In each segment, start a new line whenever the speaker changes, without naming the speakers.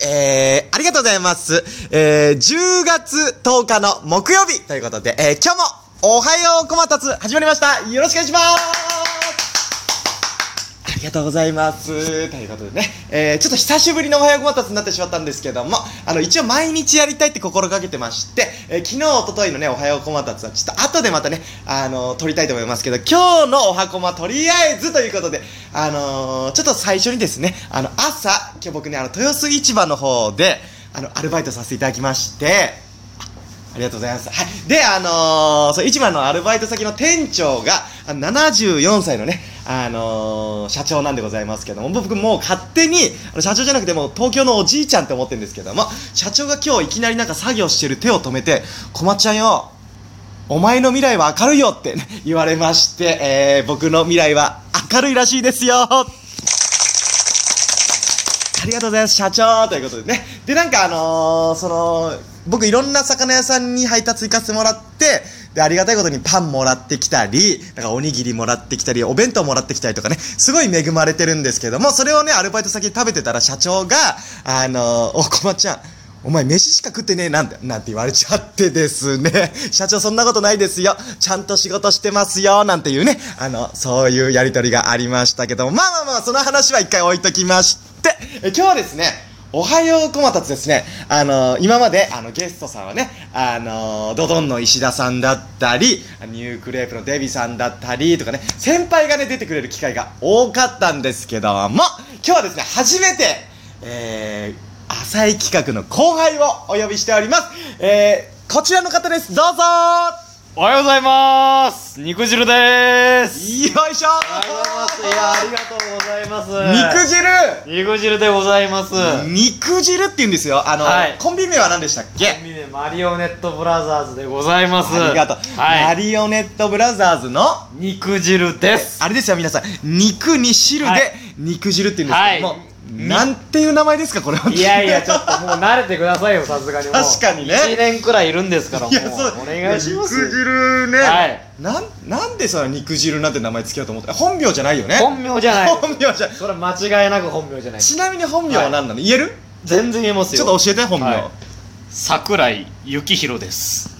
えー、ありがとうございます。えー、10月10日の木曜日ということで、えー、今日も、おはようこまたつ、始まりました。よろしくお願いします。ありがとうございます。ということでね、えー、ちょっと久しぶりのおはようこまたつになってしまったんですけども、あの、一応毎日やりたいって心がけてまして、えー、昨日、一昨日のね、おはようこまたつは、ちょっと後でまたね、あの撮りたいと思いますけど、今日のおはこまとりあえずということで、あのー、ちょっと最初にですね、あの、朝、今日僕ね、あの、豊洲市場の方で、あの、アルバイトさせていただきまして、ありがとうございます。はい。で、あのー、そう、市場のアルバイト先の店長が、あの74歳のね、あのー社長なんでございますけども、僕もう勝手に、あの社長じゃなくてもう東京のおじいちゃんって思ってるんですけども、社長が今日いきなりなんか作業してる手を止めて、こまちゃんよ、お前の未来は明るいよってね、言われまして、えー、僕の未来は明るいらしいですよありがとうございます、社長ということでね。で、なんかあのー、その、僕いろんな魚屋さんに配達行かせてもらって、で、ありがたいことにパンもらってきたり、なんかおにぎりもらってきたり、お弁当もらってきたりとかね、すごい恵まれてるんですけども、それをね、アルバイト先で食べてたら社長が、あのー、お、こまちゃん、お前飯しか食ってねえなんて、なんて言われちゃってですね。 社長そんなことないですよ。ちゃんと仕事してますよ。なんていうね。あの、そういうやりとりがありましたけども。まあまあまあ、その話は一回置いときまして。え今日はですね、おはようこまたつですね。あの、今まで、あの、ゲストさんはね、あの、ドドンの石田さんだったり、ニュークレープのデビさんだったりとかね、先輩がね、出てくれる機会が多かったんですけども、今日はですね、初めて、えー、浅い企画の後輩をお呼びしております。えー、こちらの方です。どうぞ
おはようございます肉汁でーす
よいしょ
おはようございますいやありがとうございま
肉
す
汁
肉肉汁でございますコ
肉汁って言うんですよ。あの、
はい
コンビ名は何でしたっけ
ンビ名マリオネットブラザーズでございます
ありがとう、
は
マ
い
リオネットブラザーズの、
肉汁です
あれですよ、皆さん。肉に汁で
はい
肉汁って言うんですけども、
はい
なんていう名前ですか、これは。
いやいやちょっともう慣れてくださいよさすがにもう
確かにね
1年くらいいるんですからも
いうや、そう。
お願いします
肉汁ね。
はい
なん、なんでその肉汁なんて名前つけようと思った本名じゃないよね。
本名じゃない
本名じゃない。
それは間違いなく本名じゃない
ちなみに本名は何なの、言える
全然言えます
ち
よ
ょっと教えて本名、
はい
あ
桜井幸宏です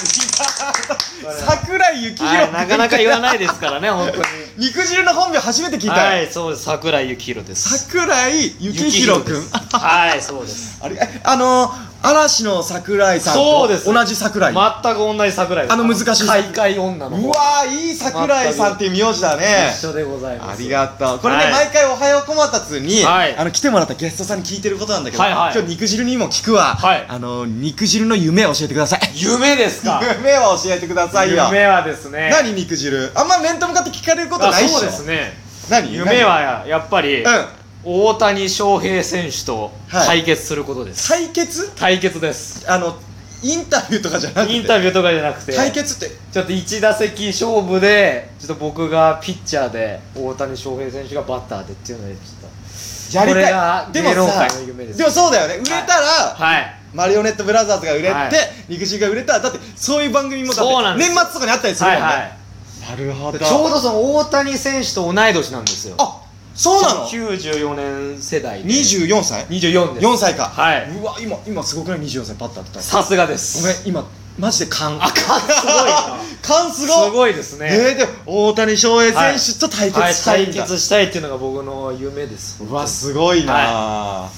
りがとう桜井幸
はい
宏
なかなか言わないいですからね本当に
肉汁の本名初めて聞いたよ、
はいそうです桜井幸宏です
桜井幸宏君
ですはいそうです
あれあの嵐の桜井さん
そ
と
うです
同じ桜井、
全く同じ桜井です
あの難しい
開会女の
う
方
わーいい桜井さんっていう名字だね
一緒でございま
あ
す
りがとうこれね、
はい
毎回「おはようこまたつに」
はい
あの来てもらったゲストさんに聞いてることなんだけど、
はいはい
今日肉汁にも聞くわ、
はい
あの肉汁の夢を教えてください
夢ですか
夢を教えてくださいよ
夢はですね
何肉汁あんま面と向かって聞かれること
あ
ないっしょ
そうですね
何
夢はやっぱり、
何うん
大谷翔平選手と
はい
対決することです、
対決
対決です
あのインタビューとかじゃなくて
インタビューとかじゃなくて
対決って
ちょっと1打席勝負でちょっと僕がピッチャーで大谷翔平選手がバッターでっていうのでちょっ
やり
これ
た
が
いでも
芸能
さ
界の夢です
でもそうだよね売れたら、
とはい
マリオネットブラザーズが売れて、
はい
肉汁が売れたらだってそういう番組もだ
そうな
っ
ん
て
で
年
す
末とかにあったりするも
は
ん
い
ね、
はい
なるほど
ちょうどその大谷選手と同い年なんですよ
あそうなの
94年世代で
24歳
24です
4歳か
はいう
わ今今すごくない24歳パッと当てた
さすがで
ご
す
めん今マジで勘
あかんすごいな
勘すごい
すごいですね、
えー、でも大谷翔平選手と対
は
決
い、
したい
対
んだ、
決したいっていうのが僕の夢です
うわすごいな、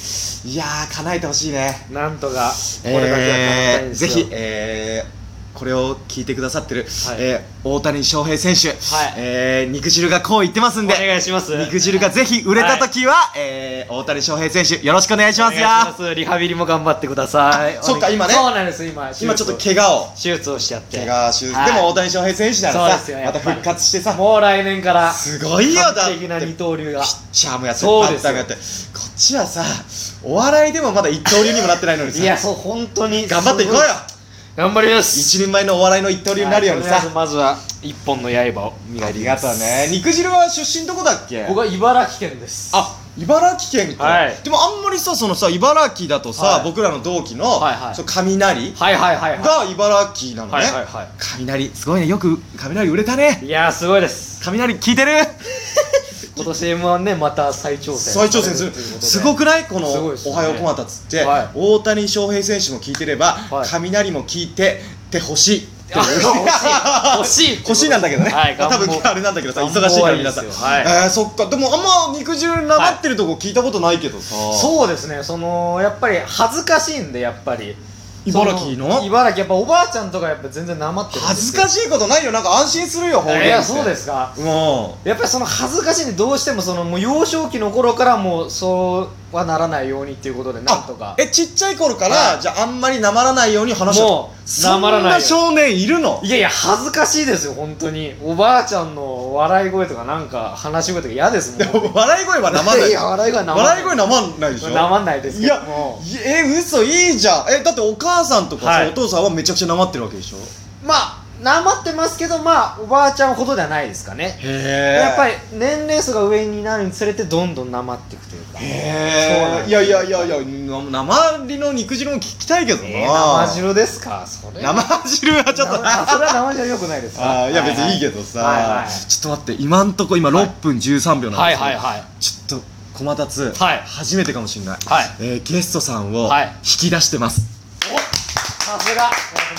い、やー叶えてほしいね
なんとか
え
俺だけは叶えたいん
ー
です
ぜ
よ
ひ、えーこれを聞いてくださってる、
はい
えー大谷翔平選手、
はい
えー肉汁がこう言ってますん
お
で
願いします
肉汁がぜひ売れた時は、えー大谷翔平選手よろしくお願いし
お
ま
願い
す
し
よ
ますリハビリも頑張ってください
あそっか
お願い
今ね
そうなんです今
今ちょっと
手
怪我を
術をしちゃって
怪我手術、
はい
でも大谷翔平選手な
そう
ら
ですよ
さま
やっぱ
た
り
復活してさ
もう来年から
すごいよだって
完璧な二刀流が
ピッチャーもやってる
そう
バ
で
ッ
す
ター
よ
もやってるこっちはさお笑いでもまだ一刀流にもなってないのにさ
いやそう本当に
頑張っていこうよ
頑張ります
一人前のお笑いの一刀流になるようにさ、
はいとりあえずまずは一本の刃を磨
あ
い
り
ていき
が
ます
とうね肉汁は出身どこだっけ
僕は茨城県です
あ茨城県か、
はい
でもあんまりさそのさ茨城だとさ、
はい
僕らの同期の,、
はいはい
その雷
はいはいはいはい
が茨城なのね、
はいはいは
雷すごいねよく雷売れたね
いいやーすごいです
雷聞いてる
今年 M1 ね、また再挑戦。
再挑戦するすご
く。
くないこの
すごい
「
です
お
ね
はよう駒達」って、
はい
大谷翔平選手も聞いてれば、
はい
雷も聞いててほしいっていう
あ欲しい。欲しい。
欲しいなんだけどね、
はい
まあ多分
願望
あれなんだけどさ忙
願望
しいから皆さん、
はい
はい
えー、そっかでもあんま肉汁なまってるとこ聞いたことないけどさ、
そうですね、その、やっぱり恥ずかしいんで、やっぱり。
茨城の
そ茨城、やっぱおばあちゃんとかやっぱ全然なまってるん
恥ずか
し
しいことないよなんか安心するよ方言
いや、そうですすか。
うん
やっぱりその恥ずかしいんで、どうしてもその、もう幼少期の頃からもう、そうはならないようにっていうことで、なんとか。
えちっちゃい頃から、
はい
じゃああんまりなまらないように話して
もう
そん
なまらないよ
な少年いるの
いやいや、恥ずかしいですよ、本当に。おばあちゃんの笑い声とか、なんか話し声とか嫌です
で
もん。
も笑い声はなまらない
いや、笑い声なまん
笑い声なまんないでしょ
なまんないです
い
けど
や
も。
いえ嘘いいじゃんえだってお母さんとかさ、
はい
お父さんはめちゃくちゃなまってるわけでしょ
まあ、なまってますけど、まあ、おばあちゃんほどではないですかね。
へ
やっぱ
り
り、年齢層が上になるにつれて、どんどんなまっていくというか。そうなん
へえ
です
いやいやいやいやなまりの肉汁も聞きたいけどな、
えー、生汁ですかそれ。
生汁はちょっと
なそれは生汁よくないですか
あーいや別にいいけどさ、
はいはいはい
ちょっと待って今んとこ今6分13秒なん
は
で
い
すけど、
はいはい
ちょっと駒達、
はい
初めてかもしれない、
はい
えーゲストさんを
はい
引き出してます、
さすが。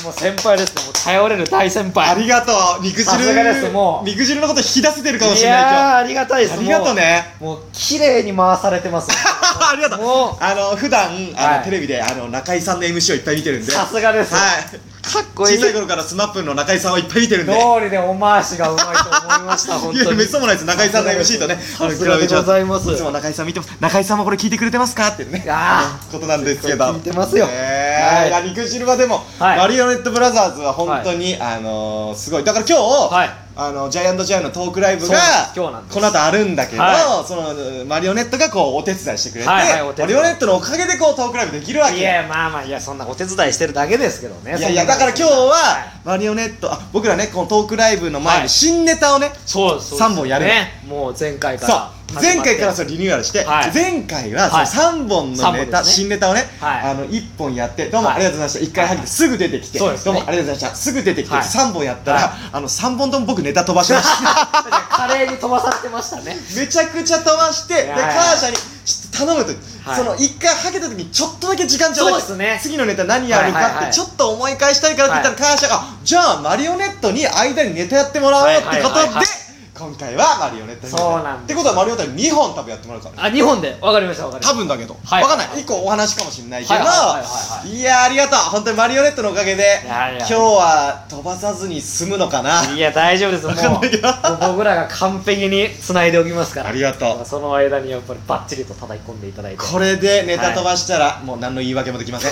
もう先輩ですね。もう頼れる大先輩。
ありがとう肉
さ
汁
すがですもう
肉汁のこと引き出せてるかもし
い
れない今日
やー、ありがたいです。
ありがとうね
もう。もう、綺麗に回されてます。
ありがとう
も
あの普段あの、
はい
テレビであの中居さんの MC をいっぱい見てるん
う、
で
さすがです。
はい
かっこいい。
小さい
通
頃からスマップの中居さんをいっぱい見てるんで
りでお回しがうまいと思いました、本
いや
当 に。
めっそうもないです中居さんの MC とねあの
さすがでございます
いつも中居さん見てます中居さんもこれ聞いてくれてますかってね
あ
ことなんですけど
聞いてますよ
ね
はい
えいや肉汁はでも
はい
マリオネットブラザーズは本当にあのーすごいだから今
はい
日あのジャイアントジャイアンのトークライブ
そう
が
なんです今日なんです
この後あるんだけど
は
そのマリオネットがこうお手伝いしてくれて
はいはいお手
マ
伝い
リオネットのおかげでこうトークライブできるわ
ー
け
い
よ
や、まあまあ、いや、そんなお手伝いしてるだけですけどね。
いやい
そ
や
んな
だから今日はマリオネットあ僕らねこのトークライブの前
は
に
い
新ネタをね
そうですそうです
三本やる
ね、もう前回から
そう前回からそ
れ
れリニューアルして、
はい
前回はその
はい
3本の
三
ネ
本
タ、
ですね
新ネタをね、
はい
あの1本やってどうもありがとうございました、一1回入ってすぐ出てきて、
そうです
ど
ね
うもありがとうございましたすぐ出てきて、
はい
3本やったら、
は
あの3本とも僕ネタ飛ばしました
華麗に飛ばされてましたね
めちゃくちゃ飛ばしてで
い
カ
や
ー
いや
シャにちょっと頼むと、
はい
その1回はけた時にちょっとだけ時間ちょうだい
そうですね
次のネタ何やる
はいは
か
い
っ
は
て
い
ちょっと思い返したいからって言ったら、カーシャがあじゃあマリオネットに間にネタやってもらおうってことで、
はいはいはいはい
今回はマリオネットにネタ
そうなんで
っ
す
てことはマリオネットに2本多分やってもらうからね
あ2本で分かりました分かり
多
ました
分だけど、
はい
わかんない一個お話かもしれないけど、
はいいはいはいはいはい
やーありがとう本当にマリオネットのおかげで
やいや
今日は飛ばさずに済むのかない
や大丈夫ですもう
わかんないけど
もう僕らが完璧に繋いでおきますから
ありがとう
その間にやっぱりバッチリと叩き込んでいただいて
これでネタ飛ばしたら、もう何の言い訳もできま せん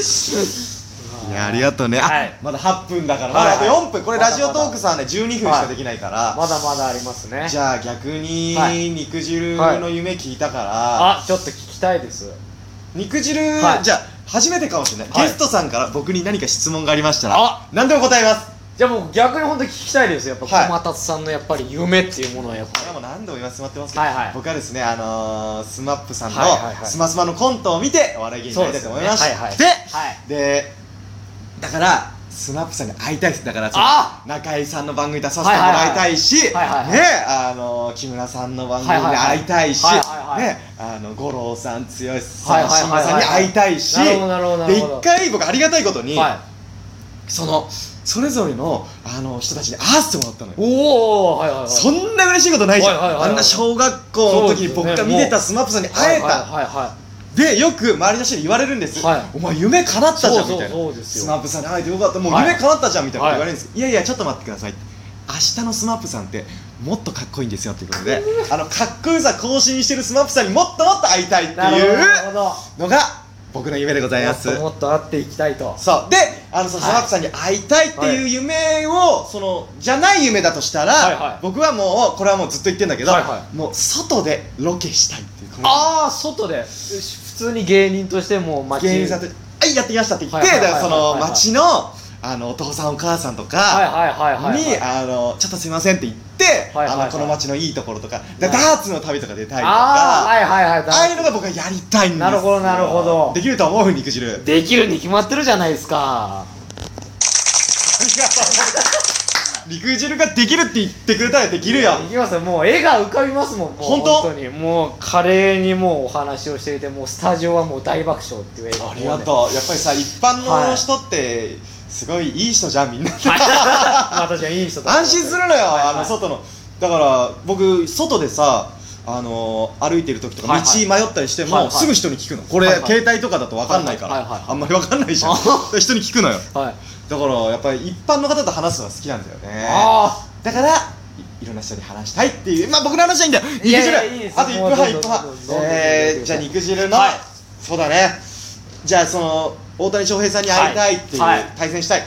いやありがとうね、あ
はい
まだ8分だからま
はい
だ
は
あ
い
と4分これ
まだ
ラ
ま
ジ
だ
オトークさんね12分しかできないから、
まだまだありますね
じゃあ逆に
はい
肉汁の夢聞いたから、
あちょっと聞きたいです
肉汁、
はい
じゃあ初めてかもしれない、
はい
ゲストさんから僕に何か質問がありましたら
あ
何でも答えます
じゃあもう逆に本当に聞きたいですよやっぱ
はい
小松さんのやっぱり夢っていうものはやっぱ
これはもう何度も言わせてもらってますけど、
はいはい
僕はですね、あのー、スマップさんの
はいはいはい
スマスマのコントを見てお笑い芸人になりたいと思いまして、
そうです
で
よねはいはい
だからスマップさんに会いたいですだからその
あ
中居さんの番組に出させてもらいたいし、
はいはいはいはいはい
ね
はい
あのー木村さんの番組に会いたいし、
はいはいはい
ねあの五郎さん剛
は
さ
い
ん
はい
慎吾、
はい
さん
はい
に会いたいし
なるほどなるほどな
で
るほど
一回僕ありがたいことに、
は
そのそれぞれのあの人たちに会わせてもらったのよ
いおおはいはいはい
そんな嬉しいことないじゃん、
はいはいはいはい
あんな小学校の時に僕が見てたスマップさんに会えた、
はいはいは
でよく周りの人に言われるんです、
はい
お前夢叶ったじゃんみたいな
そうそうそうですよ
スマップさんに会えてよかったもう
はい
夢叶ったじゃんみたいなこと言われるんです、い、やいやちょっと待ってください明日のスマップさんってもっとかっこいいんですよっていうことであのかっこよさ更新してるスマップさんにもっともっと会いたいって
いなるほどないる
う
ほど
のが僕の夢でございます
もっともっと会っていきたいと
そうであのその
は
サ
い
マップさんに会いたいっていう夢を、そのじゃない夢だとしたら、
はいはい
僕はもうこれはもうずっと言ってんだけど、
はいは
もう外でロケしたいっていうこの
ああ外で普通に芸人としてもう街
芸人さんと「はいやってきました」って言って、
はいはいはい
だ
は
か
い
らその街のあのお父さんお母さんとか、
はいはいはいはいはい
に、あの、ちょっとすいませんって言って、
はいはいは
あ
い
の、この街のいいところとか、で
はい
ダーツの旅とか出たいと
あ
か、
あ
あ
はいはいはい
あいうのが僕はやりたいんですよ
なるほどなるほど
できると思う肉汁。ありが とう
できるに決まってるじゃないですか
陸汁ができるって言ってくれたらできるや
い
ん。
きますよもう絵が浮かびますもんもう
本当
本当にもう華麗にもうお話をしていてもうスタジオはもう大爆笑っていう映画
ありがとう。やっぱりさ、一般の人って、すごいいい人じゃん、みんな。
まあ確かにいい人だ
安心するのよ、
はいはい
あの外のだから僕外でさあの歩いてる時とか
はい
道
は
迷
い
ったりしても、
はいはい
すぐ人に聞くのこれ、
はいはい
携帯とかだと分かんないから、
はいはいはいはい
あんまり分かんないじ ゃん人に聞くのよ
はい
だからやっぱり一般の方と話すのが好きなんだよね
あ
だからいいろんな人に話したいっていうまあ僕の話はいいんだよ肉
いやい
汁
やいいですよ
あと1分半
も
1
う
分
どんどん
半
どんどんどんどん
えーじゃあ肉汁の、
はい
そうだねじゃあその大谷翔平さんに会いたいっていう、
はいはい
対戦したい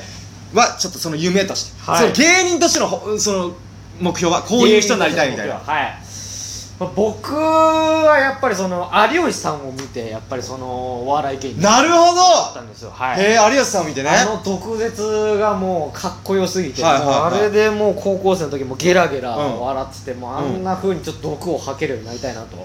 はちょっとその夢として、
はい
その芸人としてのほその目標はこういう人になりたいみたいな
はい、まあ、僕はやっぱりその有吉さんを見てやっぱりそのお笑い芸人だ
なるほ
ったん
ど
ですよはい
へえ有吉さんを見てね
あの毒舌がもうかっこよすぎて、
はいはいはい
もうあれでもう高校生の時もゲラゲラ
うん
笑ってて、もうあんな風にちょっと毒を吐けるようになりたいなと、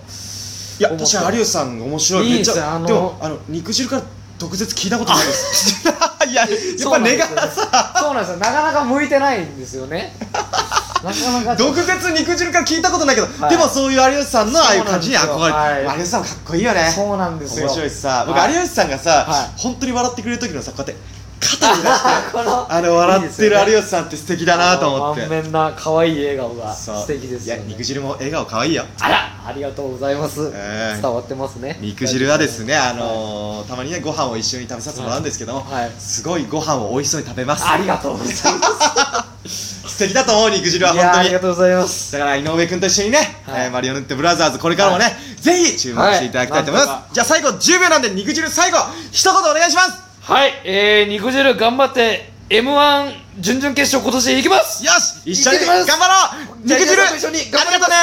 いや確かに有吉さん面白い
いい
めっち
ですよ
ゃ
あの
でもあの肉汁から毒舌聞いたことないです いややっぱ根が
そうなんですよねそうなんですよなかなか向いてないんです よねなかなか
毒舌肉汁から聞いたことないけど、
はい
でもそういう有吉さんのああいう感じに憧
そうなん
れて、
ですよは
有吉
い
さんもかっこいいよね
そうなんですよ
面白いしさ僕、
はい
有吉さんがさ、
はい
本当に笑ってくれる時のさこうやって肩を出し て
この
あの笑ってる
いいですよね
有吉さんって素敵だなと思って
あの満面な可愛い笑顔が
そう
素敵ですよね
いや肉汁も笑顔可愛いよ
あらありがとうございます、
えー
伝わってますね
肉汁はですね、あのーたまにねご飯を一緒に食べさせてもらうんですけども、
はい
すごいご飯を美味しそうに食べます
ありがとうございます
素敵だと思う肉汁はい
やあ
本
り
当
が
に
とうございます
だから井上君と一緒にね、
はい
えーマリオネットブラザーズこれからもね、
は
ぜひ注目していただきたいと思います、
はいなんと
じゃあ最後10秒なんで肉汁最後一言お願いします
はい、えー、肉汁頑張って M1 準々決勝今年行きます
よし一緒に
いってきます
頑張ろう肉
じゃ
汁
あ皆さんも一緒に頑張ります
ありがとうね